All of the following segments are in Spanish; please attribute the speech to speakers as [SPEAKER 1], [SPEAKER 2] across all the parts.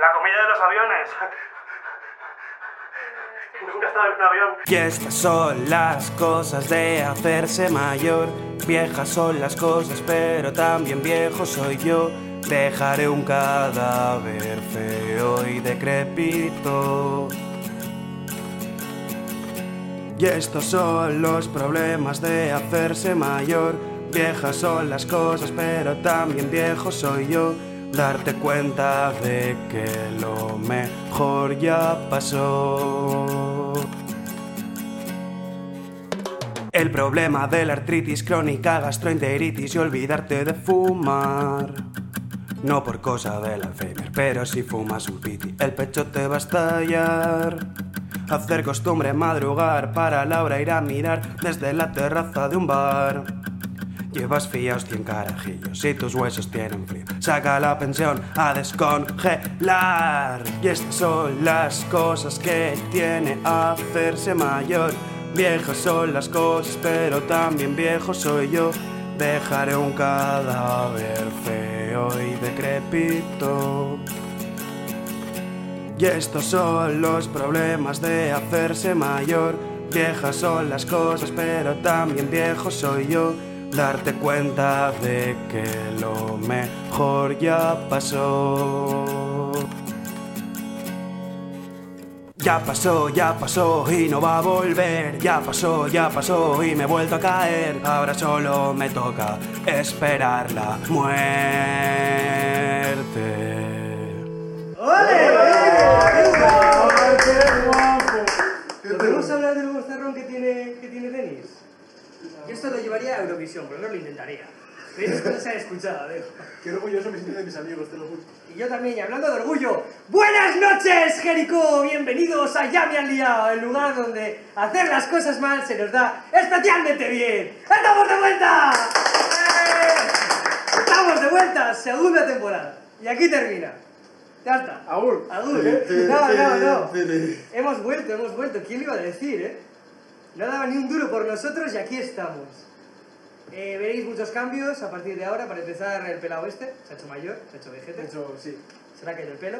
[SPEAKER 1] La comida de los aviones. Nunca he estado en un avión.
[SPEAKER 2] Y estas son las cosas de hacerse mayor. Viejas son las cosas, pero también viejo soy yo. Dejaré un cadáver feo y decrépito. Y estos son los problemas de hacerse mayor. Viejas son las cosas, pero también viejo soy yo. Darte cuenta de que lo mejor ya pasó. El problema de la artritis crónica, gastroenteritis y olvidarte de fumar. No por cosa del Alzheimer, pero si fumas un piti, el pecho te va a estallar. Hacer costumbre madrugar para Laura ir a mirar desde la terraza de un bar. Llevas fiaos 100 carajillos y tus huesos tienen frío. Saca la pensión a descongelar. Y estas son las cosas que tiene hacerse mayor. Viejas son las cosas, pero también viejo soy yo. Dejaré un cadáver feo y decrépito. Y estos son los problemas de hacerse mayor. Viejas son las cosas, pero también viejo soy yo. Darte cuenta de que lo mejor ya pasó. Ya pasó, ya pasó y no va a volver. Ya pasó, ya pasó y me he vuelto a caer. Ahora solo me toca esperar la muerte.
[SPEAKER 3] ¿Podemos hablar del bozarrón que tiene, que tiene Denis? Yo esto lo llevaría a Eurovisión, pero no lo intentaría. Veis que no se ha escuchado, a ver.
[SPEAKER 4] Qué orgulloso me siento de mis amigos, te lo juro.
[SPEAKER 3] Y yo también, y hablando de orgullo. ¡Buenas noches, Jericó! Bienvenidos a Ya me han liado, el lugar donde hacer las cosas mal se nos da especialmente bien. ¡Estamos de vuelta! ¡Eh! ¡Estamos de vuelta! Segunda temporada. Y aquí termina. Ya está.
[SPEAKER 4] Aún.
[SPEAKER 3] Aún, ¿eh? No, no, no. Hemos vuelto, hemos vuelto. ¿Quién lo iba a decir, eh? No daba ni un duro por nosotros y aquí estamos. Eh, veréis muchos cambios a partir de ahora. Para empezar, el pelado este se ha hecho mayor, se ha hecho vejete,
[SPEAKER 4] Eso, sí.
[SPEAKER 3] se le ha caído el pelo.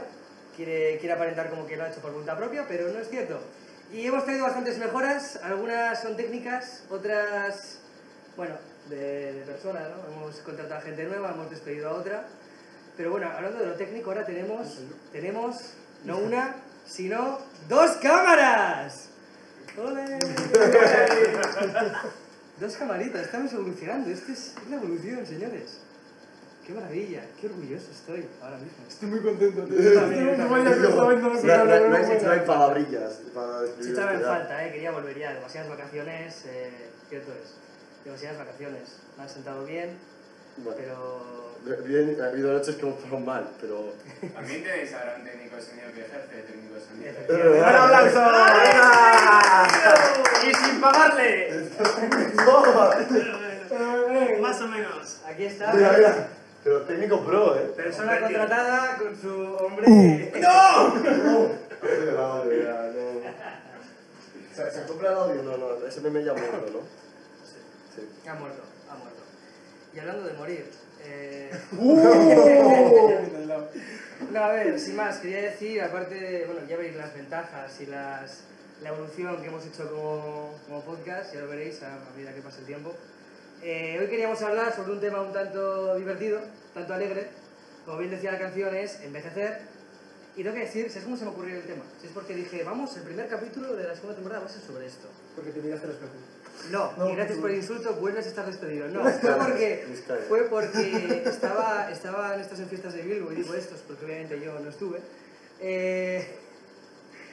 [SPEAKER 3] Quiere, quiere aparentar como que lo ha hecho por voluntad propia, pero no es cierto. Y hemos traído bastantes mejoras. Algunas son técnicas, otras, bueno, de, de persona, ¿no? Hemos contratado a gente nueva, hemos despedido a otra. Pero bueno, hablando de lo técnico, ahora tenemos, tenemos no una, sino dos cámaras. ¡Ole! Dos camaritas, estamos evolucionando. Esto es es la evolución, señores. Qué maravilla, qué orgulloso estoy ahora mismo.
[SPEAKER 4] Estoy muy contento.
[SPEAKER 3] también, yo
[SPEAKER 4] Estoy muy
[SPEAKER 3] también.
[SPEAKER 4] contento, estaba viendo
[SPEAKER 5] No,
[SPEAKER 4] los
[SPEAKER 5] no,
[SPEAKER 4] programas,
[SPEAKER 5] no,
[SPEAKER 4] no,
[SPEAKER 5] se
[SPEAKER 4] no, no.
[SPEAKER 5] traen palabrillas para
[SPEAKER 3] Sí
[SPEAKER 5] describir
[SPEAKER 3] estaba en
[SPEAKER 5] esto, ya.
[SPEAKER 3] falta, ¿eh? quería volver ya. Demasiadas vacaciones, eh, cierto es. Demasiadas vacaciones. Me han sentado bien,
[SPEAKER 5] Bueno,
[SPEAKER 3] pero.
[SPEAKER 5] Bien, ha habido noches que hemos pasado mal, pero...
[SPEAKER 6] También tenéis ahora un técnico de sonido que ejerce de técnico de sonido.
[SPEAKER 3] efectivamente.
[SPEAKER 4] ¡Un aplauso!
[SPEAKER 3] ¡Y sin pagarle!
[SPEAKER 7] Más o menos.
[SPEAKER 3] Aquí está.
[SPEAKER 5] Mira, mira. Pero técnico pro, ¿eh?
[SPEAKER 3] Persona contratada con su hombre.
[SPEAKER 5] Madre mía, no. ¿Se, se compra el audio? No, no, ese meme ya muerto, ¿no? Sí.
[SPEAKER 3] Ha muerto, ha muerto. Y hablando de morir. Eh... No, a ver, sin más, quería decir, aparte de, bueno, ya veréis las ventajas y las, la evolución que hemos hecho como, como podcast, ya lo veréis a medida que pase el tiempo. Eh, hoy queríamos hablar sobre un tema un tanto divertido, tanto alegre, como bien decía la canción, es envejecer. Y tengo que decir, si es como se me ocurrió el tema, si es porque dije, vamos, el primer capítulo de la segunda temporada va a ser sobre esto.
[SPEAKER 4] Porque te miraste los espejo.
[SPEAKER 3] No,
[SPEAKER 4] No,
[SPEAKER 3] y gracias
[SPEAKER 4] no.
[SPEAKER 3] por el insulto, vuelves a estar despedido. No, fue porque,
[SPEAKER 5] mis caras.
[SPEAKER 3] fue porque estaba, estaba en estas fiestas de Bilbo, y digo estos porque obviamente yo no estuve. Eh,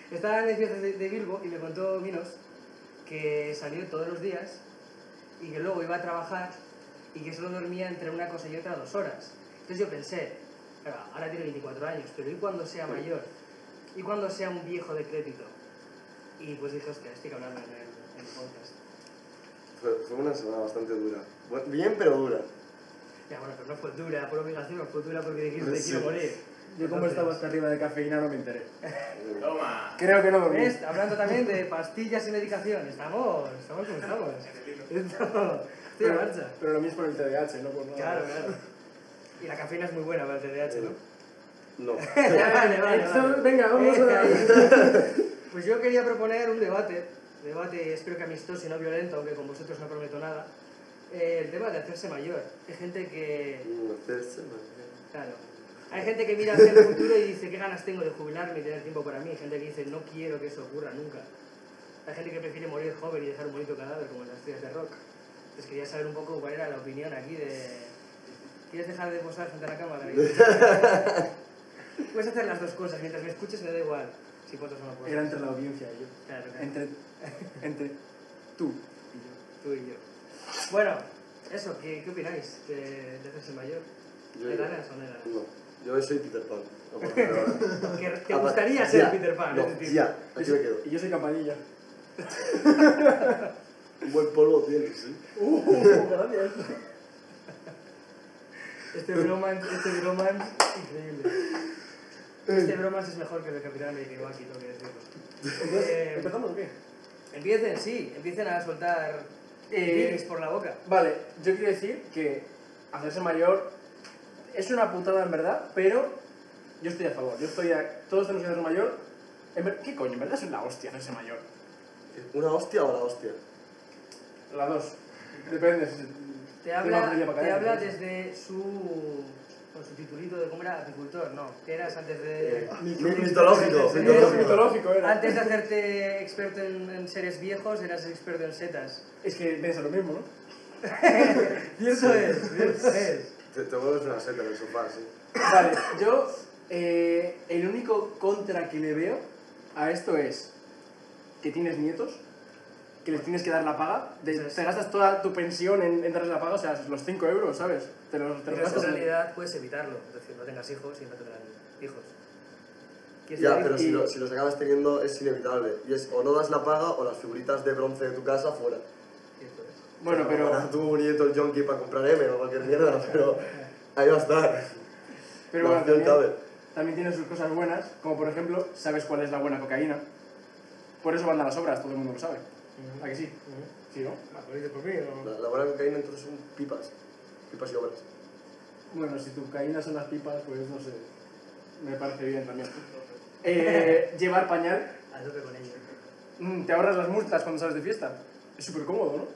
[SPEAKER 3] estaba en las fiestas de, de Bilbo y me contó Minos que salió todos los días y que luego iba a trabajar y que solo dormía entre una cosa y otra dos horas. Entonces yo pensé, claro, ahora tiene 24 años, pero ¿y cuando sea mayor? ¿Y cuando sea un viejo decrépito? Y pues dije, hostia, estoy que hablarlo en el- en el podcast.
[SPEAKER 5] Fue, fue una semana bastante dura. Bu- Bien, pero dura.
[SPEAKER 3] Ya, bueno, pero no fue dura por obligación, fue dura porque dijiste
[SPEAKER 5] Sí.
[SPEAKER 3] quiero morir.
[SPEAKER 4] Yo como estaba hasta arriba de cafeína no me enteré.
[SPEAKER 6] Toma.
[SPEAKER 4] Creo que no dormí.
[SPEAKER 3] ¿Ves? Hablando también de pastillas y medicación, estamos, estamos como estamos. Estamos- Estoy en
[SPEAKER 4] Pero-
[SPEAKER 3] marcha.
[SPEAKER 4] Pero lo mismo por el TDAH, no por nada.
[SPEAKER 3] Claro, claro. Y la cafeína es muy buena para el TDAH, ¿no?
[SPEAKER 5] No.
[SPEAKER 3] vale, vale,
[SPEAKER 4] Esto-
[SPEAKER 3] vale.
[SPEAKER 4] Venga, vamos a...
[SPEAKER 3] Pues yo quería proponer un debate, debate espero que amistoso y no violento, aunque con vosotros no prometo nada. Eh, el tema de hacerse mayor. Hay gente que,
[SPEAKER 5] No, hacerse, no.
[SPEAKER 3] claro, hay gente que mira hacia el futuro y dice qué ganas tengo de jubilarme y tener tiempo para mí. Hay gente que dice no quiero que eso ocurra nunca. Hay gente que prefiere morir joven y dejar un bonito cadáver como en las estrellas de rock. Entonces quería saber un poco cuál era la opinión aquí de... ¿Quieres dejar de posar frente a la cámara? Puedes hacer las dos cosas, mientras me escuches me da igual si posas o no posas.
[SPEAKER 4] Era entre la audiencia y yo.
[SPEAKER 3] Claro, claro.
[SPEAKER 4] Entre... Entre... Tú.
[SPEAKER 3] Tú y yo. Bueno, eso, ¿qué, qué opináis de, de hacerse mayor?
[SPEAKER 5] Yo-
[SPEAKER 3] ¿Le ganas o no le ganas?
[SPEAKER 5] No. Yo soy Peter Pan. a partir de ahora.
[SPEAKER 3] ¿Que- ¿Te
[SPEAKER 5] Ah, va.
[SPEAKER 3] gustaría ser
[SPEAKER 5] Ya.
[SPEAKER 3] Peter Pan?
[SPEAKER 5] No,
[SPEAKER 3] es decir,
[SPEAKER 5] ya, aquí me quedo.
[SPEAKER 4] Y yo soy campanilla.
[SPEAKER 5] Un buen polvo tienes, ¿sí?
[SPEAKER 4] Uh, gracias.
[SPEAKER 3] Este bromance, este bromance, increíble. Este bromance es mejor que el de Capitán América Iwaki, tengo que decirlo.
[SPEAKER 4] Entonces,
[SPEAKER 3] Eh,
[SPEAKER 4] ¿empezamos o qué?
[SPEAKER 3] Empiecen, sí, empiecen a soltar
[SPEAKER 4] Eh,
[SPEAKER 3] virus por la boca.
[SPEAKER 4] Vale, yo quiero decir que hacerse mayor es una putada en verdad, pero yo estoy a favor. Yo estoy a... Todos tenemos que hacernos mayor. En ver- ¿Qué coño? En verdad es la hostia hacerse mayor.
[SPEAKER 5] ¿Una hostia o la hostia?
[SPEAKER 4] Las dos. Depende. si-
[SPEAKER 3] Te
[SPEAKER 4] tengo una
[SPEAKER 3] habla,
[SPEAKER 4] familia para
[SPEAKER 3] te
[SPEAKER 4] caer,
[SPEAKER 3] habla
[SPEAKER 4] ¿no?
[SPEAKER 3] desde su, con su titulito de cómo era apicultor, no, que eras antes de...
[SPEAKER 5] Eh, mi- mitológico,
[SPEAKER 4] Sí,
[SPEAKER 5] mitológico.
[SPEAKER 4] mitológico era.
[SPEAKER 3] Antes de hacerte experto en, en seres viejos, eras experto en setas.
[SPEAKER 4] Es que piensa lo mismo, ¿no?
[SPEAKER 3] Cierto es, cierto es.
[SPEAKER 5] Te, te vuelves una seta en el sofá, sí.
[SPEAKER 4] Vale, yo eh, el único contra que le veo a esto es que tienes nietos, que les tienes que dar la paga, de-
[SPEAKER 3] Eso es.
[SPEAKER 4] te gastas toda tu pensión en, en darles la paga, o sea, los 5 euros, ¿sabes? Te los, te los
[SPEAKER 3] Pero eso
[SPEAKER 4] gastas
[SPEAKER 3] en
[SPEAKER 4] en-
[SPEAKER 3] realidad puedes evitarlo. Es decir, no tengas hijos y no te dan hijos. ¿Quieres
[SPEAKER 5] Ya,
[SPEAKER 3] decir?
[SPEAKER 5] pero
[SPEAKER 4] y-
[SPEAKER 5] si, lo- si los acabas teniendo es inevitable. Y es o no das la paga o las figuritas de bronce de tu casa fuera.
[SPEAKER 3] Cierto es.
[SPEAKER 4] Bueno, pero
[SPEAKER 5] Ahora tuvo un nieto el Jonky para comprar M o cualquier mierda, pero ahí va a estar.
[SPEAKER 4] Pero
[SPEAKER 5] La
[SPEAKER 4] bueno,
[SPEAKER 5] opción
[SPEAKER 4] también,
[SPEAKER 5] cabe.
[SPEAKER 4] también tiene sus cosas buenas, como por ejemplo, sabes cuál es la buena cocaína. Por eso van a las obras, todo el mundo lo sabe. ¿A que sí? ¿Sí, no?
[SPEAKER 5] La, la buena cocaína entonces son pipas. Pipas y obras.
[SPEAKER 4] Bueno, si tu cocaína son las pipas, pues no sé. Me parece bien también. Eh, llevar pañal,
[SPEAKER 3] A tope con ello.
[SPEAKER 4] mm, te ahorras las multas cuando sales de fiesta. Es súper cómodo, ¿no?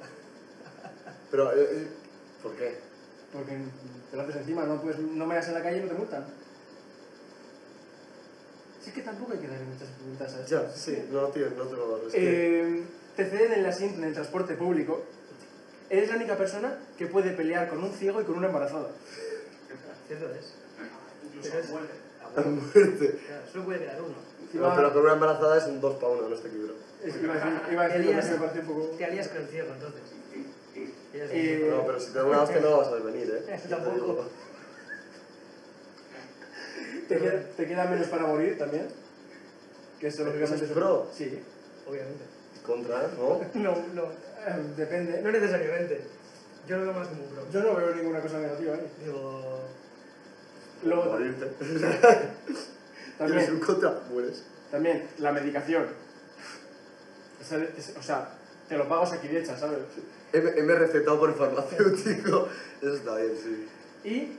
[SPEAKER 5] Pero, eh, eh, ¿por qué?
[SPEAKER 4] Porque te lo haces encima, no, puedes, no vayas en la calle y no te multan. Sí que tampoco hay que darle muchas multas a esto.
[SPEAKER 5] Ya, sí, no, tío, no tengo valor. Es que-
[SPEAKER 4] Eh, te ceden el asiento en el transporte público. Eres la única persona que puede pelear con un ciego y con una embarazada.
[SPEAKER 3] Cierto es.
[SPEAKER 6] Incluso muere.
[SPEAKER 5] a muerte.
[SPEAKER 3] Claro, solo puede quedar uno.
[SPEAKER 5] No, pero con una embarazada es un 2 para 1 en este libro.
[SPEAKER 4] Es que iba a decir, iba a decir lo que
[SPEAKER 3] Elías.
[SPEAKER 4] me parece un poco...
[SPEAKER 3] Te alías con el ciego, entonces. Ya es
[SPEAKER 4] Eh,
[SPEAKER 5] No, pero si te da una hostia no la vas a ver venir, ¿eh? Ya te
[SPEAKER 3] Tampoco.
[SPEAKER 5] digo.
[SPEAKER 4] Te queda, te queda menos para morir también. Que esto lógicamente
[SPEAKER 5] es pro.
[SPEAKER 4] Sí.
[SPEAKER 3] Obviamente.
[SPEAKER 5] Contra, ¿no?
[SPEAKER 3] No, no.
[SPEAKER 4] Eh, Depende.
[SPEAKER 3] No necesariamente. Yo lo veo más como un pro.
[SPEAKER 4] Yo no veo ninguna cosa negativa ahí.
[SPEAKER 3] Digo...
[SPEAKER 4] Luego,
[SPEAKER 5] Morirte. Tienes un
[SPEAKER 4] también,
[SPEAKER 5] contra, mueres.
[SPEAKER 4] también, la medicación. O sea, es- o sea, te lo pagas aquí de hecha, ¿sabes?
[SPEAKER 5] M, M recetado por farmacéutico. Eso está bien, sí.
[SPEAKER 4] Y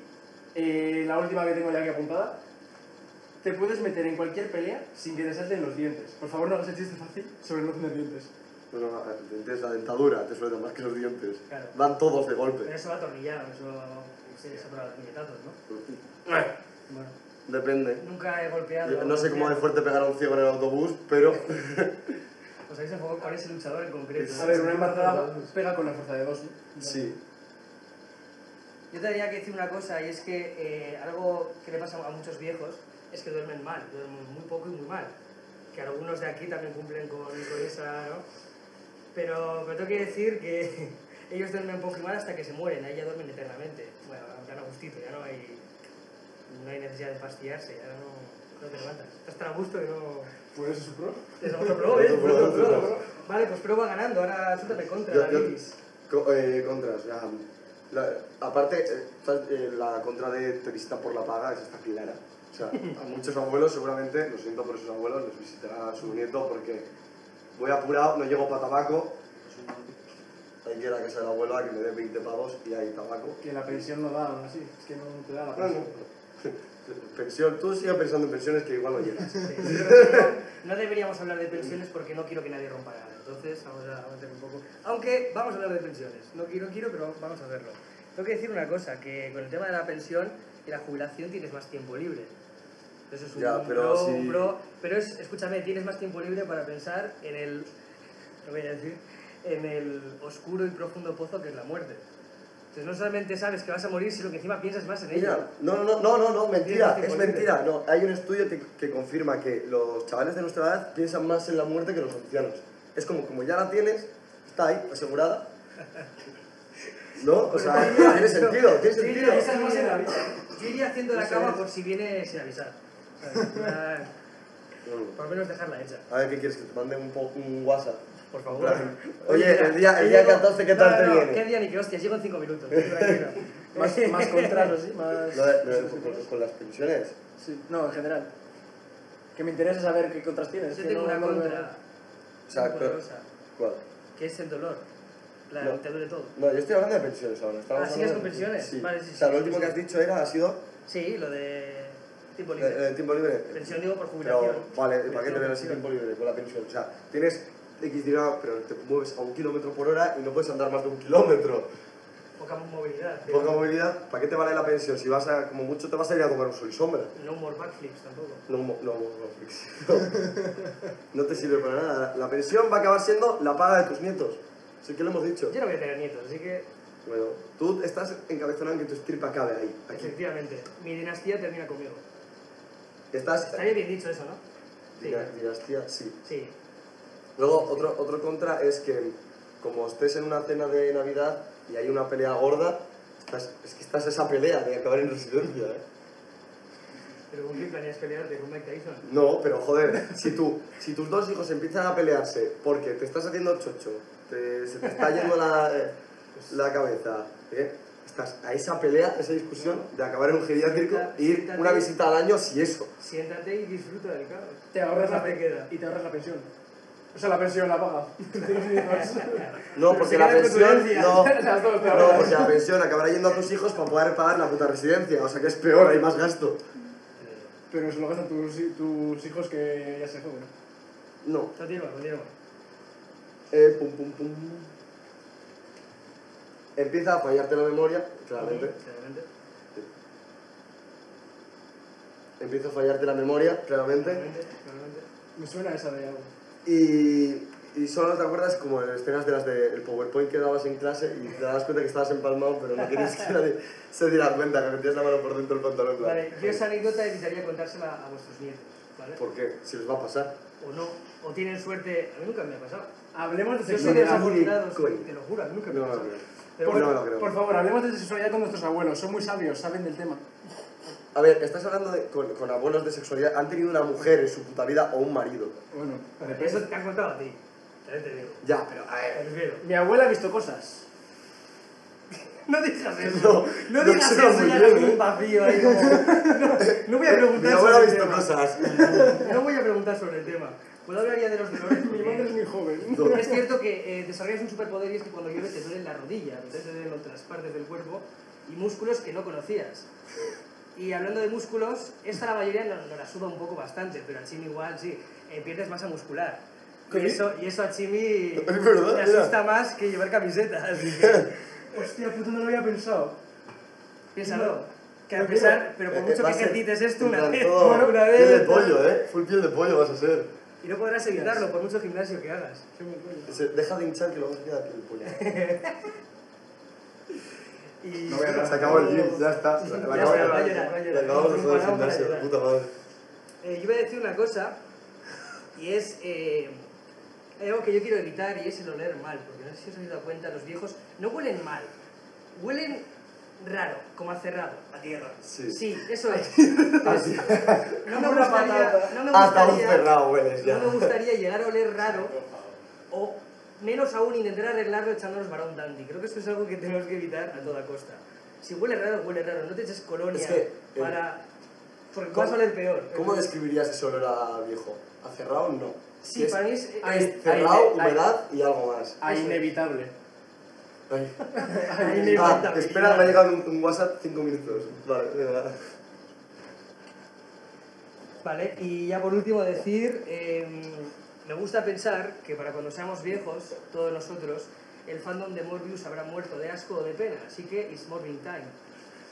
[SPEAKER 4] eh, la última que tengo ya aquí apuntada. Te puedes meter en cualquier pelea sin que te salten los dientes. Por favor, no hagas el chiste fácil sobre no tener dientes.
[SPEAKER 5] Bueno, a- te entiendes la dentadura, te sueltan más que los dientes.
[SPEAKER 3] Claro.
[SPEAKER 5] Van todos de
[SPEAKER 3] Pero
[SPEAKER 5] golpe.
[SPEAKER 3] eso va atornillado, eso... Se sobra los puñetazos, ¿no? Bueno,
[SPEAKER 5] Depende.
[SPEAKER 3] nunca he golpeado...
[SPEAKER 5] Yo no sé cómo de
[SPEAKER 3] golpeado.
[SPEAKER 5] fuerte pegar a un ciego en el autobús, pero
[SPEAKER 3] Os habéis enfocado con ese luchador en concreto.
[SPEAKER 4] A ver, una embarazada pega con la fuerza de dos. ¿no?
[SPEAKER 5] sí.
[SPEAKER 3] Yo tendría que decir una cosa, y es que eh, algo que le pasa a muchos viejos es que duermen mal, duermen muy poco y muy mal. Que algunos de aquí también cumplen con, con esa, ¿no? Pero, pero tengo que decir que ellos duermen poco y mal hasta que se mueren, ahí ya duermen eternamente. Bueno, dan a gustito, ya no hay, no hay necesidad de pastillarse, ya no, no te levantas. Estás tan a gusto que no...
[SPEAKER 4] Pues eso es pro.
[SPEAKER 3] Es otro pro, ¿eh?
[SPEAKER 5] Otro pro, otro pro.
[SPEAKER 3] Vale, pues pro va ganando, ahora sútame contra,
[SPEAKER 5] Yo- yo-
[SPEAKER 3] David.
[SPEAKER 5] Co- eh, contras. La, la- aparte, eh, tal- eh, la contra de te visita por la paga es esta clara. O sea, a muchos abuelos seguramente, lo siento por esos abuelos, les visitará su nieto porque voy apurado, no llego para tabaco. Hay que ir a casa de la abuela que me dé 20 pavos y hay tabaco.
[SPEAKER 4] Que la pensión no da aún así. Es que no te da la
[SPEAKER 5] No, no.
[SPEAKER 4] pensión.
[SPEAKER 5] Pensión, tú sigas pensando en pensiones que igual no llegas.
[SPEAKER 3] No deberíamos hablar de pensiones porque no quiero que nadie rompa nada. Entonces vamos a aguantar un poco. Aunque vamos a hablar de pensiones. No quiero, quiero, pero vamos a hacerlo. Tengo que decir una cosa, que con el tema de la pensión y la jubilación tienes más tiempo libre. Eso es un
[SPEAKER 5] Ya, pero
[SPEAKER 3] pro,
[SPEAKER 5] si-
[SPEAKER 3] un pro. Pero es, escúchame, tienes más tiempo libre para pensar en el... Lo voy a decir. En el oscuro y profundo pozo que es la muerte. Entonces no solamente sabes que vas a morir, sino que encima piensas más en ello.
[SPEAKER 5] Mira, no, no, no, no, no, no, mentira,
[SPEAKER 3] Tienes tiempo
[SPEAKER 5] es mentira. No, hay un estudio que, que confirma que los chavales de nuestra edad piensan más en la muerte que los ancianos. Es como, como ya la tienes, está ahí, asegurada. ¿No? O sea, tiene sentido, tiene
[SPEAKER 3] Pues Sí, yo
[SPEAKER 5] sentido.
[SPEAKER 3] iría- ¿eh? Yo iría haciendo la
[SPEAKER 4] Eso
[SPEAKER 3] cama
[SPEAKER 4] es.
[SPEAKER 3] por si viene sin avisar. ¿sabes? Ya,
[SPEAKER 5] Mm.
[SPEAKER 3] Por lo menos dejarla hecha,
[SPEAKER 5] A ver, ¿qué quieres? Que te mande un, po- un WhatsApp.
[SPEAKER 3] por
[SPEAKER 5] En
[SPEAKER 3] favor.
[SPEAKER 5] plan, Oye,
[SPEAKER 3] mira,
[SPEAKER 5] el día, el
[SPEAKER 3] yo
[SPEAKER 5] día
[SPEAKER 3] llego-
[SPEAKER 5] 14, ¿qué tal
[SPEAKER 3] no,
[SPEAKER 5] te
[SPEAKER 3] no,
[SPEAKER 5] viene?
[SPEAKER 3] ¿Qué día ni qué hostias? Llego en 5 minutos. tranquilo.
[SPEAKER 4] Más, más contratos, sí, más...
[SPEAKER 5] Lo de- lo de- con, con las pensiones.
[SPEAKER 4] Sí, no, en general. Que me interesa saber qué contras tienes.
[SPEAKER 3] Yo
[SPEAKER 4] que
[SPEAKER 3] tengo
[SPEAKER 4] no-
[SPEAKER 3] una
[SPEAKER 4] no me-
[SPEAKER 3] contra
[SPEAKER 5] O sea,
[SPEAKER 3] muy
[SPEAKER 5] ¿cuál?
[SPEAKER 3] poderosa,
[SPEAKER 5] cuál?
[SPEAKER 3] que es el dolor. La,
[SPEAKER 5] No.
[SPEAKER 3] Te duele todo.
[SPEAKER 5] No, yo estoy hablando de pensiones ahora. estábamos
[SPEAKER 3] Ah, ¿sigues
[SPEAKER 5] hablando de
[SPEAKER 3] con pensiones?
[SPEAKER 5] Sí.
[SPEAKER 3] Vale, sí,
[SPEAKER 5] o sea,
[SPEAKER 3] sí,
[SPEAKER 5] lo
[SPEAKER 3] sí,
[SPEAKER 5] último
[SPEAKER 3] sí.
[SPEAKER 5] que has dicho era, ha sido
[SPEAKER 3] Sí, lo de tiempo
[SPEAKER 5] eh,
[SPEAKER 3] libre.
[SPEAKER 5] eh, tiempo libre.
[SPEAKER 3] Pensión digo por jubilación.
[SPEAKER 5] Pero, vale, ¿para qué te
[SPEAKER 3] Pensión,
[SPEAKER 5] ven así
[SPEAKER 3] pensión.
[SPEAKER 5] tiempo libre con la pensión? O sea, tienes X dinero, pero te mueves a un kilómetro por hora y no puedes andar más de un kilómetro.
[SPEAKER 3] Poca movilidad.
[SPEAKER 5] Poca movilidad, ¿para qué te vale la pensión? Si vas a, como mucho, te vas a ir a tomar un sol y sombra.
[SPEAKER 3] No more backflips tampoco.
[SPEAKER 5] No, mo- no, no, Félix. No te sirve para nada. La pensión va a acabar siendo la paga de tus nietos. Así que lo hemos dicho.
[SPEAKER 3] Yo no voy a tener nietos, así que
[SPEAKER 5] Bueno, tú estás encabezonado en que tu estirpa cabe ahí, aquí.
[SPEAKER 3] Efectivamente, mi dinastía termina conmigo.
[SPEAKER 5] Estás...
[SPEAKER 3] Estaría bien dicho eso, ¿no? Sí,
[SPEAKER 5] Dina- Dinastía, sí.
[SPEAKER 3] sí.
[SPEAKER 5] Luego, otro, otro contra es que como estés en una cena de Navidad y hay una pelea gorda, estás- es que estás a esa pelea de acabar en residencia, ¿eh?
[SPEAKER 3] Pero ¿con quién planeas pelearte? ¿Con Mike Tyson?
[SPEAKER 5] No, pero joder, si, tú, si tus dos hijos empiezan a pelearse porque te estás haciendo chocho, te- se te está yendo la, eh, la cabeza, ¿eh? estás a esa pelea, a esa discusión de acabar en un geriátrico e ir una visita al año si eso.
[SPEAKER 3] Siéntate y disfruta del caos.
[SPEAKER 4] Te ahorras la
[SPEAKER 3] Nada te queda.
[SPEAKER 4] Y te ahorras la pensión. O sea, la pensión la paga.
[SPEAKER 5] No, porque la pensión... No,
[SPEAKER 4] Las dos te
[SPEAKER 5] no,
[SPEAKER 4] ahorras.
[SPEAKER 5] porque la pensión acabará yendo a tus hijos para poder pagar la puta residencia, o sea que es peor, hay más gasto.
[SPEAKER 4] Pero se lo gastan tus, tus hijos que ya se joden.
[SPEAKER 5] No.
[SPEAKER 3] Continúa, continúa.
[SPEAKER 5] Eh, pum, pum, pum. Empieza a fallarte la memoria, claramente.
[SPEAKER 3] Claramente.
[SPEAKER 5] Empieza a fallarte la memoria, claramente.
[SPEAKER 3] Claramente. claramente.
[SPEAKER 4] Me suena esa de algo.
[SPEAKER 5] Y, y solo te acuerdas como en escenas de las del PowerPoint que dabas en clase y te das cuenta que estabas empalmado, pero no querías que nadie se diera cuenta que metías la mano por dentro del pantalón. en plan,
[SPEAKER 3] Vale, yo esa anécdota evitaría contársela a vuestros nietos, ¿vale?
[SPEAKER 5] ¿Por qué? Si les va a pasar.
[SPEAKER 3] O no, o tienen suerte. A mí nunca me ha pasado.
[SPEAKER 4] Hablemos de
[SPEAKER 3] Yo soy
[SPEAKER 5] ni
[SPEAKER 4] sexualidad.
[SPEAKER 3] desafortunado,
[SPEAKER 5] coño.
[SPEAKER 3] te lo juro, a mí nunca me
[SPEAKER 5] No
[SPEAKER 3] ha
[SPEAKER 5] me lo
[SPEAKER 3] pasado.
[SPEAKER 5] creo.
[SPEAKER 3] Pero
[SPEAKER 5] no
[SPEAKER 3] bueno,
[SPEAKER 5] me lo creo.
[SPEAKER 4] Por favor, hablemos de sexualidad con nuestros abuelos. Son muy sabios, saben del tema.
[SPEAKER 5] A ver, estás hablando de- con, con abuelos de sexualidad. ¿Han tenido una mujer en su puta vida o un marido?
[SPEAKER 4] Bueno, eh,
[SPEAKER 3] eso te han contado a ti. También te digo.
[SPEAKER 5] Ya, pero a ver.
[SPEAKER 3] Te refiero.
[SPEAKER 4] Mi abuela ha visto cosas.
[SPEAKER 3] No digas eso.
[SPEAKER 5] No,
[SPEAKER 3] No,
[SPEAKER 5] no
[SPEAKER 3] digas
[SPEAKER 5] se lo
[SPEAKER 3] eso, ya
[SPEAKER 5] muy bien,
[SPEAKER 3] como
[SPEAKER 5] ¿eh?
[SPEAKER 3] un vacío ahí como... No, no voy a preguntar
[SPEAKER 5] Mi
[SPEAKER 3] sobre
[SPEAKER 5] abuela ha
[SPEAKER 3] el
[SPEAKER 5] visto
[SPEAKER 3] tema.
[SPEAKER 5] cosas.
[SPEAKER 3] No voy a preguntar sobre el tema. Puedo hablar ya de los dolores.
[SPEAKER 4] Mi madre es muy joven.
[SPEAKER 5] No.
[SPEAKER 3] Es cierto que eh, desarrollas un superpoder y es que cuando llueve te duelen la rodilla, te duelen otras partes del cuerpo y músculos que no conocías. Y hablando de músculos, esta la mayoría nos la suda un poco bastante, pero a Chimi igual sí, eh, pierdes masa muscular. Y
[SPEAKER 5] ¿Qué?
[SPEAKER 3] eso, y eso a Chimi
[SPEAKER 5] Es verdad,
[SPEAKER 3] le
[SPEAKER 5] mira.
[SPEAKER 3] asusta más que llevar camisetas.
[SPEAKER 4] Hostia, puto, no lo había pensado.
[SPEAKER 3] Piénsalo. Que a pesar,
[SPEAKER 5] eh,
[SPEAKER 3] pero por mucho que ejercites esto una vez,
[SPEAKER 5] Bueno,
[SPEAKER 3] una
[SPEAKER 5] Piel de
[SPEAKER 3] vez,
[SPEAKER 5] pollo, ¿eh? Full piel de pollo vas a ser.
[SPEAKER 3] y no podrás evitarlo por mucho gimnasio que hagas.
[SPEAKER 5] Se- Deja de hinchar que luego se queda piel de pollo.
[SPEAKER 3] Y-
[SPEAKER 5] Se acabó el gym, ya está. La- La
[SPEAKER 3] Ya
[SPEAKER 5] acabamos-
[SPEAKER 3] está, va a llorar, va a llorar.
[SPEAKER 5] la acabamos de
[SPEAKER 3] Nos
[SPEAKER 5] joder el
[SPEAKER 3] preparamos para
[SPEAKER 5] gimnasio,
[SPEAKER 3] llorar.
[SPEAKER 5] puta madre.
[SPEAKER 3] Eh, yo voy a decir una cosa, y es eh, hay algo que yo quiero evitar, y es el oler mal, porque no sé si os habéis dado cuenta, los viejos no huelen mal, huelen raro, como a cerrado. A tierra.
[SPEAKER 5] Sí.
[SPEAKER 3] Sí, eso es. Entonces, no, me gustaría, no me
[SPEAKER 5] Hasta un
[SPEAKER 3] gustaría-
[SPEAKER 5] cerrado hueles ya.
[SPEAKER 3] no me gustaría llegar a oler raro, o menos aún intentar arreglarlo echándonos varón dandy. Creo que esto es algo que tenemos que evitar a toda costa. Si huele raro, huele raro, no te eches colonia
[SPEAKER 5] Es que, eh,
[SPEAKER 3] para... Porque
[SPEAKER 5] ¿cómo-
[SPEAKER 3] vas a oler peor.
[SPEAKER 5] ¿Cómo describirías ese olor a viejo? ¿A cerrado? No.
[SPEAKER 3] Sí,
[SPEAKER 5] Es
[SPEAKER 3] para mí es...
[SPEAKER 4] Ahí está.
[SPEAKER 5] cerrado,
[SPEAKER 4] Ay, ay.
[SPEAKER 5] humedad y algo más.
[SPEAKER 4] A inevitable.
[SPEAKER 5] Ay.
[SPEAKER 3] Ahí me
[SPEAKER 5] Ah,
[SPEAKER 3] falta
[SPEAKER 5] espera, me ha
[SPEAKER 3] vigilar.
[SPEAKER 5] llegado un, un WhatsApp 5 minutos. Vale, venga.
[SPEAKER 3] Vale, y ya por último decir, eh, me gusta pensar que para cuando seamos viejos, todos nosotros, el fandom de Morbius habrá muerto de asco o de pena, así que it's Morbin time.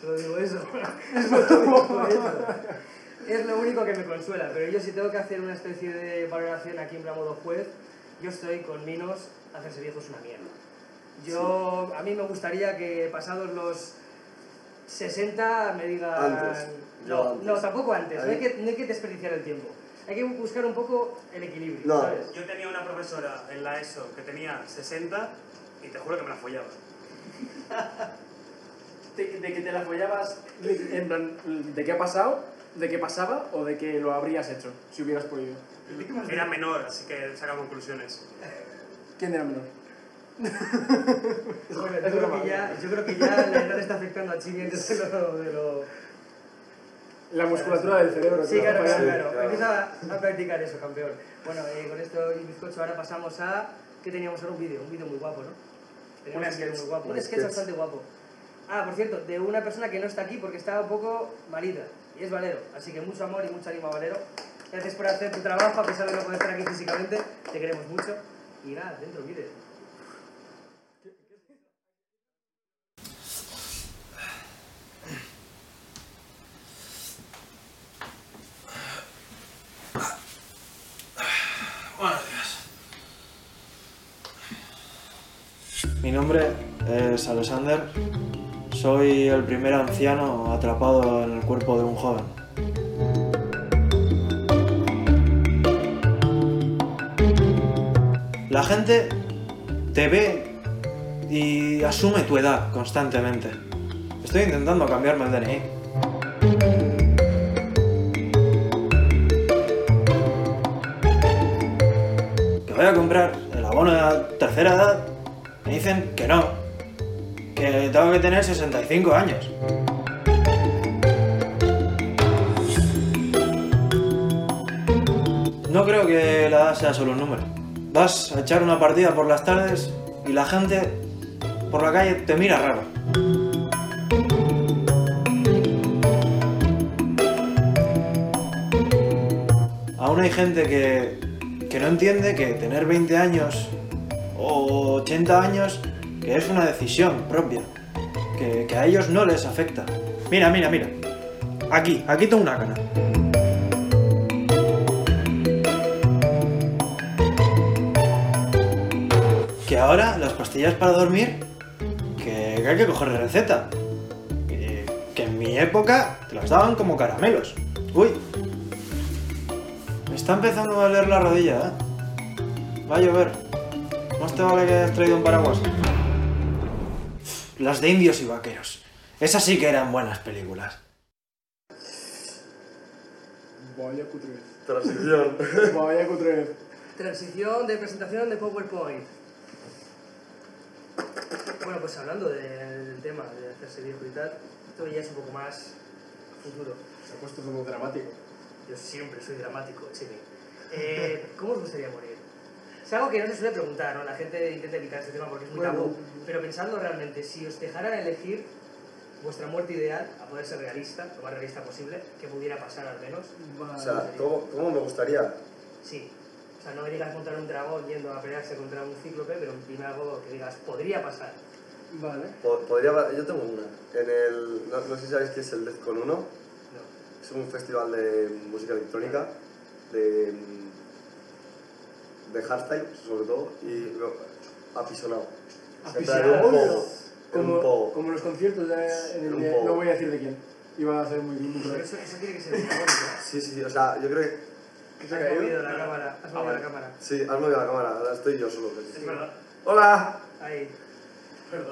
[SPEAKER 3] Solo digo eso. Solo digo eso. Es lo único que me consuela, pero yo si tengo que hacer una especie de valoración aquí en plan modo juez, yo estoy con Minos, hacerse viejo es una mierda. Yo, a mí me gustaría que pasados los 60 me digan...
[SPEAKER 5] Antes, yo
[SPEAKER 3] No,
[SPEAKER 5] antes.
[SPEAKER 3] no, tampoco antes, no hay
[SPEAKER 5] Ahí.
[SPEAKER 3] que, no hay que desperdiciar el tiempo. Hay que buscar un poco el equilibrio,
[SPEAKER 5] No.
[SPEAKER 3] ¿sabes?
[SPEAKER 7] Yo tenía una profesora en la ESO que tenía 60 y te juro que me la follaba.
[SPEAKER 4] De, de que te la follabas, en plan, de qué ha pasado, de qué pasaba o de que lo habrías hecho si hubieras podido.
[SPEAKER 7] Era menor, así que saca conclusiones.
[SPEAKER 4] ¿Quién era menor?
[SPEAKER 3] Bueno,
[SPEAKER 4] Es
[SPEAKER 3] yo, creo
[SPEAKER 4] broma,
[SPEAKER 3] que ya, yo creo que ya la edad está afectando a Chimi antes de lo... De lo...
[SPEAKER 4] La musculatura del cerebro.
[SPEAKER 3] Sí, claro, claro,
[SPEAKER 5] Sí,
[SPEAKER 3] claro.
[SPEAKER 5] claro.
[SPEAKER 3] Empieza a practicar eso, campeón. Bueno, eh, con esto y bizcocho ahora pasamos a... ¿Qué teníamos ahora? Un vídeo, un vídeo muy guapo, ¿no? Teníamos
[SPEAKER 6] Un
[SPEAKER 3] vídeo
[SPEAKER 6] sketch.
[SPEAKER 3] muy guapo. Un
[SPEAKER 5] Un
[SPEAKER 3] sketch
[SPEAKER 5] sketch.
[SPEAKER 3] bastante guapo. Ah, por cierto, de una persona que no está aquí porque está un poco malida. Y es Valero. Así que mucho amor y mucho ánimo a Valero. Gracias por hacer tu trabajo, a pesar de no poder estar aquí físicamente. Te queremos mucho. Y nada, dentro, vídeo.
[SPEAKER 8] Mi nombre es Alexander. Soy el primer anciano atrapado en el cuerpo de un joven. La gente te ve y asume tu edad constantemente. Estoy intentando cambiarme el DNI. que voy a comprar el abono de la tercera edad, me dicen que no, que tengo que tener 65 años. No creo que la edad sea solo un número. Vas a echar una partida por las tardes y la gente por la calle te mira raro. Aún hay gente que, que no entiende que tener 20 años o 80 años que es una decisión propia, que, que a ellos no les afecta. Mira, mira, mira. Aquí, aquí tengo una cana. Que ahora las pastillas para dormir, que, que hay que coger receta. Que, que en mi época te las daban como caramelos. Uy, me está empezando a doler la rodilla, ¿eh? Va a llover. Más te vale que hayas traído un paraguas. Las de indios y vaqueros. Esas sí que eran buenas películas.
[SPEAKER 4] Vaya cutrez.
[SPEAKER 5] Transición.
[SPEAKER 4] Vaya cutrez.
[SPEAKER 3] Transición de presentación de PowerPoint. Bueno, pues hablando de- del tema de hacerse viejo y tal, esto ya es un poco más futuro.
[SPEAKER 4] Se ha puesto como dramático.
[SPEAKER 3] Yo siempre soy dramático, Chimi. Eh, ¿Cómo os gustaría morir? Es algo que no se suele preguntar, ¿no? La gente intenta evitar este tema porque es muy
[SPEAKER 4] Bueno.
[SPEAKER 3] tabú. Pero pensando realmente, si os dejaran elegir vuestra muerte ideal, a poder ser realista, lo más realista posible, que pudiera pasar al menos,
[SPEAKER 5] O sea, ¿cómo, cómo me gustaría?
[SPEAKER 3] Sí. O sea, no me digas montar un dragón yendo a pelearse contra un cíclope, pero dime algo que digas, podría pasar.
[SPEAKER 4] Vale.
[SPEAKER 5] Po- Podría, yo tengo una. En el, no, no sé si sabéis qué es el Death Con 1.
[SPEAKER 3] No.
[SPEAKER 5] Es un festival de música electrónica, de, mm, de hardstyle sobre todo, y lo- apisonado. Se entra en un pogo, en un
[SPEAKER 4] Como,
[SPEAKER 5] pogo.
[SPEAKER 4] como los conciertos de, en el
[SPEAKER 5] Un
[SPEAKER 4] de-
[SPEAKER 5] poco.
[SPEAKER 4] No voy a decir de quién. Iba a ser muy bien.
[SPEAKER 3] Pero eso, eso tiene que ser un dragón, ¿no?
[SPEAKER 5] Sí, sí, sí, o sea, yo creo que...
[SPEAKER 4] ¿Qué
[SPEAKER 3] Has movido la cámara, has movido la cámara.
[SPEAKER 5] Sí, has movido la cámara, ahora estoy yo solo.
[SPEAKER 7] Es verdad.
[SPEAKER 5] ¡Hola!
[SPEAKER 3] Ahí.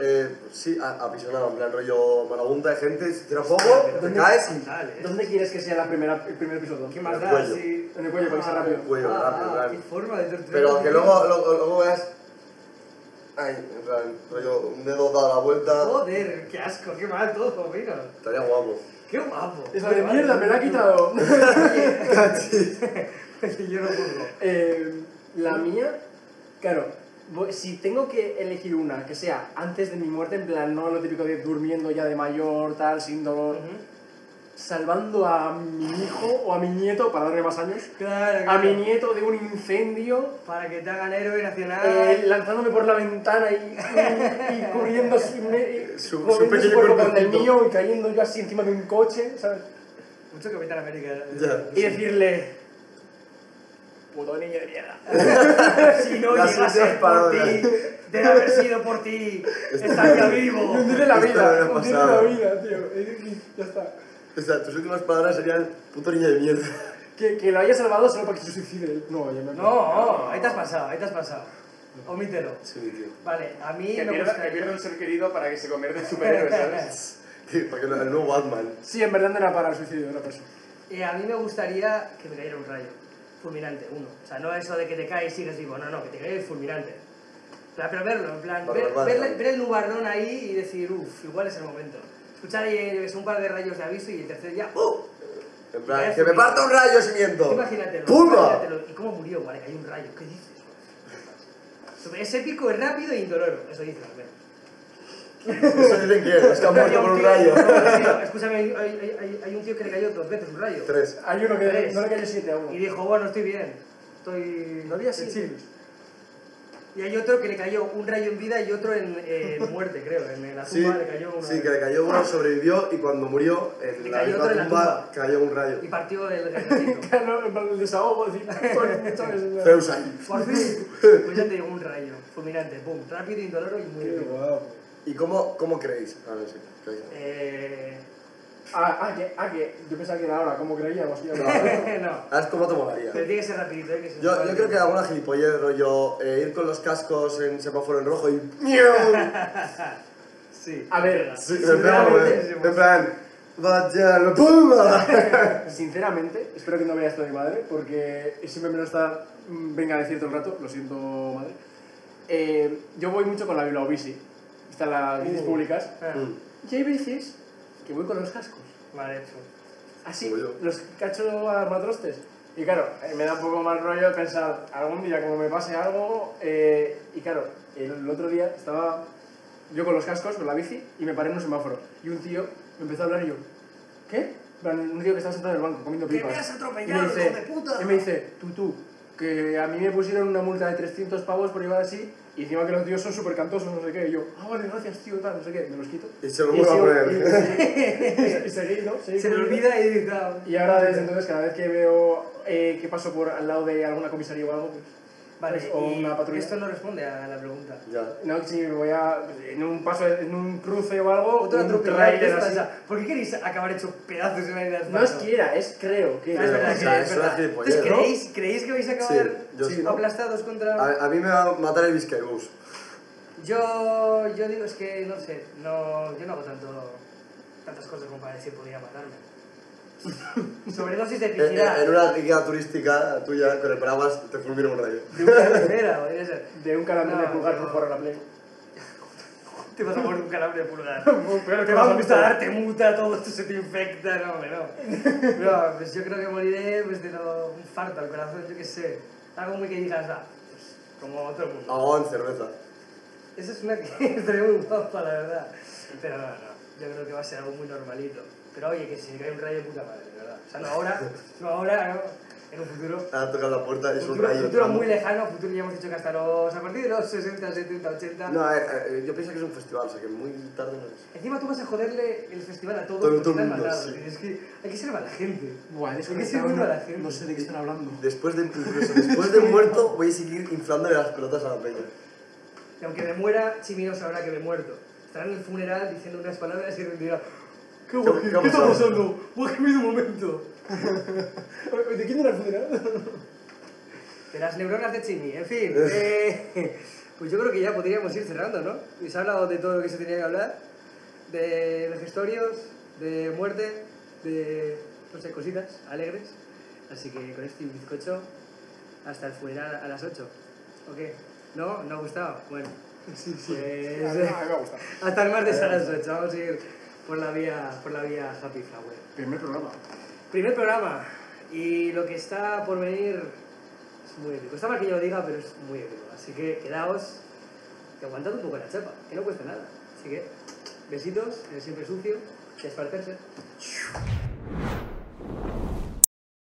[SPEAKER 5] Eh, sí, a- apisonado, en plan rollo marabunta de gente, se tira fuego, te caes y...
[SPEAKER 3] Dale, ¿eh?
[SPEAKER 4] ¿Dónde quieres que sea la primera, el primer episodio?
[SPEAKER 3] ¿Qué más
[SPEAKER 5] el
[SPEAKER 3] da?
[SPEAKER 5] cuello.
[SPEAKER 3] Sí.
[SPEAKER 4] En el cuello, para que sea
[SPEAKER 3] Ah,
[SPEAKER 4] rápido.
[SPEAKER 5] Cuello,
[SPEAKER 3] ah,
[SPEAKER 5] rápido,
[SPEAKER 3] ah,
[SPEAKER 5] rápido.
[SPEAKER 3] Qué forma de torturar.
[SPEAKER 5] Pero que luego, luego, luego veas... Ay, en plan, rollo, un dedo dado la vuelta,
[SPEAKER 3] Joder, qué asco, qué mal todo, mira.
[SPEAKER 5] estaría guapo.
[SPEAKER 3] Qué guapo.
[SPEAKER 4] Esa de mierda, me la ha quitado.
[SPEAKER 3] Yo no pongo.
[SPEAKER 4] Eh, la mía, claro, vo- si tengo que elegir una que sea antes de mi muerte, en plan, no lo típico de durmiendo ya de mayor, tal, sin dolor, salvando a mi hijo o a mi nieto, para darle más años,
[SPEAKER 3] Claro,
[SPEAKER 4] a
[SPEAKER 3] claro.
[SPEAKER 4] mi nieto de un incendio,
[SPEAKER 3] Para que te hagan héroe nacional.
[SPEAKER 4] eh, lanzándome por la ventana y, y, y cubriendo así, me, y
[SPEAKER 5] Su- su
[SPEAKER 4] moviendo
[SPEAKER 5] pequeño
[SPEAKER 4] cuerpo con el
[SPEAKER 5] cuerpecito.
[SPEAKER 4] mío y cayendo yo así encima de un coche, ¿sabes?
[SPEAKER 3] Mucho Capitán América. ¿no?
[SPEAKER 5] Ya.
[SPEAKER 4] Y decirle, puto niño de mierda.
[SPEAKER 3] Si no
[SPEAKER 5] Las
[SPEAKER 3] llegase
[SPEAKER 5] últimas
[SPEAKER 3] por ti,
[SPEAKER 5] palabras.
[SPEAKER 3] de haber sido por ti, estaría vivo.
[SPEAKER 4] Hundirle la
[SPEAKER 5] Esto lo
[SPEAKER 4] vida,
[SPEAKER 5] había
[SPEAKER 4] hundirle la
[SPEAKER 5] pasado.
[SPEAKER 4] vida, tío. Y- y Ya está.
[SPEAKER 5] O sea, tus últimas palabras serían puto niño de mierda.
[SPEAKER 4] Que, que lo haya salvado solo para que se suicide. No, ya me
[SPEAKER 3] No, ahí te has pasado, ahí te has pasado. Omítelo.
[SPEAKER 5] Sí, tío.
[SPEAKER 3] Vale, a mí
[SPEAKER 6] Que
[SPEAKER 3] me
[SPEAKER 6] pierda, que
[SPEAKER 3] gustaría...
[SPEAKER 6] pierda un ser querido para que se convierta en superhéroe, ¿sabes?
[SPEAKER 5] Tío, Para que no, el nuevo Batman.
[SPEAKER 4] Sí, en verdad no era para el suicidio de una persona.
[SPEAKER 3] Eh, a mí me gustaría que me cayera un rayo. Fulminante, uno. O sea, no eso de que te caes y sigues vivo. No, no, que te caiga el fulminante. En plan, pero verlo, en plan, ver,
[SPEAKER 5] Barbarrán,
[SPEAKER 3] ver la-
[SPEAKER 5] ¿no?
[SPEAKER 3] ver el nubarrón ahí y decir, uff, igual es el momento. Escuchar ahí eh, un par de rayos de aviso y el tercer ya, ¡uh!
[SPEAKER 5] En plan, que me parta un rayo si miento.
[SPEAKER 3] Imagínatelo.
[SPEAKER 5] ¡Pumba!
[SPEAKER 3] imagínatelo. ¿Y cómo murió? Vale, cayó un rayo. ¿Qué dices? Es épico, es rápido e indoloro. Eso dicen, al menos.
[SPEAKER 5] Eso dicen que es que ha muerto por un rayo.
[SPEAKER 3] Tío, Escúchame, hay, hay- hay- hay un tío que le cayó dos veces un rayo.
[SPEAKER 5] Tres.
[SPEAKER 4] Hay uno que
[SPEAKER 3] Tres.
[SPEAKER 4] no le cayó siete a uno.
[SPEAKER 3] Y dijo, bueno, estoy bien. Estoy...
[SPEAKER 4] No había
[SPEAKER 3] sido.
[SPEAKER 4] siete.
[SPEAKER 3] Y hay otro que le cayó un rayo en vida y otro en, eh, en muerte, creo. En, en la
[SPEAKER 5] Sí,
[SPEAKER 3] tumba le cayó uno.
[SPEAKER 5] sí, que le cayó uno, sobrevivió y cuando murió en
[SPEAKER 3] Le
[SPEAKER 5] la
[SPEAKER 3] cayó
[SPEAKER 5] misma
[SPEAKER 3] otro en la
[SPEAKER 5] tumba cayó un rayo.
[SPEAKER 3] Y partió el gatito.
[SPEAKER 4] Claro, en plan, el desahogo, decir, "Coño, ¿sabes?".
[SPEAKER 5] Zeus ahí.
[SPEAKER 3] Por fin. Pues ya te digo, un rayo. Fulminante. Boom. Rápido, indoloro y muy
[SPEAKER 4] Qué
[SPEAKER 3] épico.
[SPEAKER 4] guapo.
[SPEAKER 5] ¿Y cómo, cómo creéis? A ver, sí, creéis.
[SPEAKER 3] Eh...
[SPEAKER 4] Ah, ah, que, ah, que yo pensaba que era ahora, ¿cómo creíamos que iba a hablar?
[SPEAKER 3] no.
[SPEAKER 5] A ver, ¿cómo Ah, te molaría?
[SPEAKER 3] Pero tiene que ser rapidito, ¿eh? Que se nos
[SPEAKER 5] Yo,
[SPEAKER 3] va
[SPEAKER 5] yo
[SPEAKER 3] el
[SPEAKER 5] creo que
[SPEAKER 3] tiempo.
[SPEAKER 5] alguna gilipollez, rollo, eh, ir con los cascos en semáforo en rojo y...
[SPEAKER 3] Sí.
[SPEAKER 4] A ver,
[SPEAKER 5] Sí, en plan,
[SPEAKER 4] sinceramente,
[SPEAKER 5] güey, en plan, vaya, lo pumba.
[SPEAKER 4] sinceramente, espero que no vea esto de mi madre, porque siempre me lo está, mm, venga a decir todo el rato, lo siento, madre. Eh, yo voy mucho con la Bilbao Bici, están las bicis
[SPEAKER 3] Uh.
[SPEAKER 4] públicas,
[SPEAKER 3] Ah,
[SPEAKER 5] Mm.
[SPEAKER 4] y hay veces que voy con los cascos.
[SPEAKER 3] mal hecho.
[SPEAKER 4] Así,
[SPEAKER 5] Como yo.
[SPEAKER 4] los cacho a matrostes. Y claro, eh, me da un poco mal rollo pensar, algún día como me pase algo... eh, y claro, el, otro día estaba yo con los cascos, con la bici, y me paré en un semáforo. Y un tío me empezó a hablar y yo, ¿qué? En plan, Un tío que estaba sentado en el banco comiendo
[SPEAKER 3] ¡Que
[SPEAKER 4] pipas.
[SPEAKER 3] me has
[SPEAKER 4] Y me
[SPEAKER 3] atropellado,
[SPEAKER 4] dice,
[SPEAKER 3] hijo de puta!
[SPEAKER 4] y me dice, tú, tú, que a mí me pusieron una multa de 300 pavos por llevar así, y encima que los tíos son súper cantosos, no sé qué, y yo, ah, vale, gracias, tío, tal, no sé qué, me los quito.
[SPEAKER 5] Y se lo
[SPEAKER 4] Y
[SPEAKER 5] vuelvo a
[SPEAKER 4] sigo-
[SPEAKER 5] poner.
[SPEAKER 4] y- y seguí, ¿no? Seguí
[SPEAKER 3] Se le
[SPEAKER 4] comiendo.
[SPEAKER 3] olvida y dice, ah,
[SPEAKER 4] Y ahora desde entonces cada vez que veo eh, que paso por al lado de alguna comisaría o algo, pues...
[SPEAKER 3] Vale,
[SPEAKER 4] o
[SPEAKER 3] y
[SPEAKER 4] una patrulla.
[SPEAKER 3] esto no responde a la pregunta.
[SPEAKER 5] Ya.
[SPEAKER 4] No, si voy a... en un paso, en un cruce o algo,
[SPEAKER 3] Otro
[SPEAKER 4] un
[SPEAKER 3] atropellado, ¿qué
[SPEAKER 4] tráiler
[SPEAKER 3] os
[SPEAKER 4] así.
[SPEAKER 3] pasa? ¿Por qué queréis acabar hecho pedazos en el asfalto?
[SPEAKER 4] No es quiera, es creo que...
[SPEAKER 3] Ah,
[SPEAKER 5] Pero,
[SPEAKER 3] es verdad,
[SPEAKER 5] o sea,
[SPEAKER 3] es
[SPEAKER 5] es una
[SPEAKER 3] verdad.
[SPEAKER 5] gilipollez,
[SPEAKER 3] Entonces,
[SPEAKER 5] ¿no?
[SPEAKER 3] ¿creéis, ¿creéis que vais a acabar
[SPEAKER 5] Sí, yo sí.
[SPEAKER 3] aplastados contra...?
[SPEAKER 5] A, a mí me va a matar el Biscaybus.
[SPEAKER 3] Yo, yo digo, es que no sé, no, yo no hago tanto, tantas cosas como para decir podría matarme. Sobredosis de
[SPEAKER 5] En, Eh, en- en
[SPEAKER 3] epicidad.
[SPEAKER 5] una guía turística tuya, con el paraguas, te fulmina un rayo.
[SPEAKER 3] De una carretera, o de ser.
[SPEAKER 4] De un calambre de
[SPEAKER 3] No,
[SPEAKER 4] pulgar
[SPEAKER 3] yo-
[SPEAKER 4] por jugar a la play.
[SPEAKER 3] Te vas a morir de un calambre de pulgar.
[SPEAKER 4] Pero
[SPEAKER 3] Te va a gustar, te muta, todo esto se te infecta, no, hombre, no. No, pues yo creo que moriré pues, de lo- un farto al corazón, yo qué sé. Algo muy que digas, ah, pues, como todo el mundo.
[SPEAKER 5] Ahogado en cerveza.
[SPEAKER 3] Esa es una que estaría muy guapa, la verdad. Pero no, no, yo creo que va a ser algo muy normalito. Pero oye, que si me cae un rayo, puta madre, de verdad. O sea, no ahora, no ahora, no, en un futuro.
[SPEAKER 5] Ha tocado la puerta y es un
[SPEAKER 3] Futuro,
[SPEAKER 5] rayo.
[SPEAKER 3] futuro
[SPEAKER 5] entrando.
[SPEAKER 3] muy lejano, futuro ya hemos dicho que hasta los, a partir de los 60, 70, 80.
[SPEAKER 5] No, eh, a ver, a ver, yo pienso que es un festival, o sea que muy tarde no es.
[SPEAKER 3] Encima tú vas a joderle el festival a todos
[SPEAKER 5] Todo-
[SPEAKER 3] porque
[SPEAKER 5] todo el
[SPEAKER 3] te han
[SPEAKER 5] mundo,
[SPEAKER 3] matado.
[SPEAKER 5] sí.
[SPEAKER 3] tío. Es que hay que ser mala gente.
[SPEAKER 4] Buah, es
[SPEAKER 3] Es que soy muy mala gente.
[SPEAKER 4] No sé de qué están hablando.
[SPEAKER 5] Después de, incluso después de muerto, voy a seguir inflándole las pelotas a la peña.
[SPEAKER 3] Y aunque me muera, Chimi no sabrá que me he muerto. Estará en el funeral diciendo unas palabras y dirá ¿Qué, guay,
[SPEAKER 5] qué
[SPEAKER 3] ¿Qué,
[SPEAKER 5] ha
[SPEAKER 3] está
[SPEAKER 5] pasado?".
[SPEAKER 3] pasando? Guay, que me he ido un momento.
[SPEAKER 4] ¿De quién era el funeral?
[SPEAKER 3] De las neuronas de Chimi, en fin. eh, pues yo creo que ya podríamos ir cerrando, ¿no? Y se ha hablado de todo lo que se tenía que hablar. De vejestorios, de muerte, de, no sé, cositas alegres. Así que con este y un bizcocho hasta el funeral a las 8. ¿O qué? ¿No? ¿No ha gustado? Bueno. Sí, sí.
[SPEAKER 4] me ha gustado. Eh,
[SPEAKER 3] hasta el martes a las 8. Vamos a ir por la vía, por la vía Happy Flower.
[SPEAKER 4] Primer programa.
[SPEAKER 3] Primer programa. Y lo que está por venir es muy épico. Está mal que yo lo diga, pero es muy épico. Así que quedaos y aguantad un poco la chapa, que no cuesta nada. Así que besitos, el siempre sucio, y a esparcerse.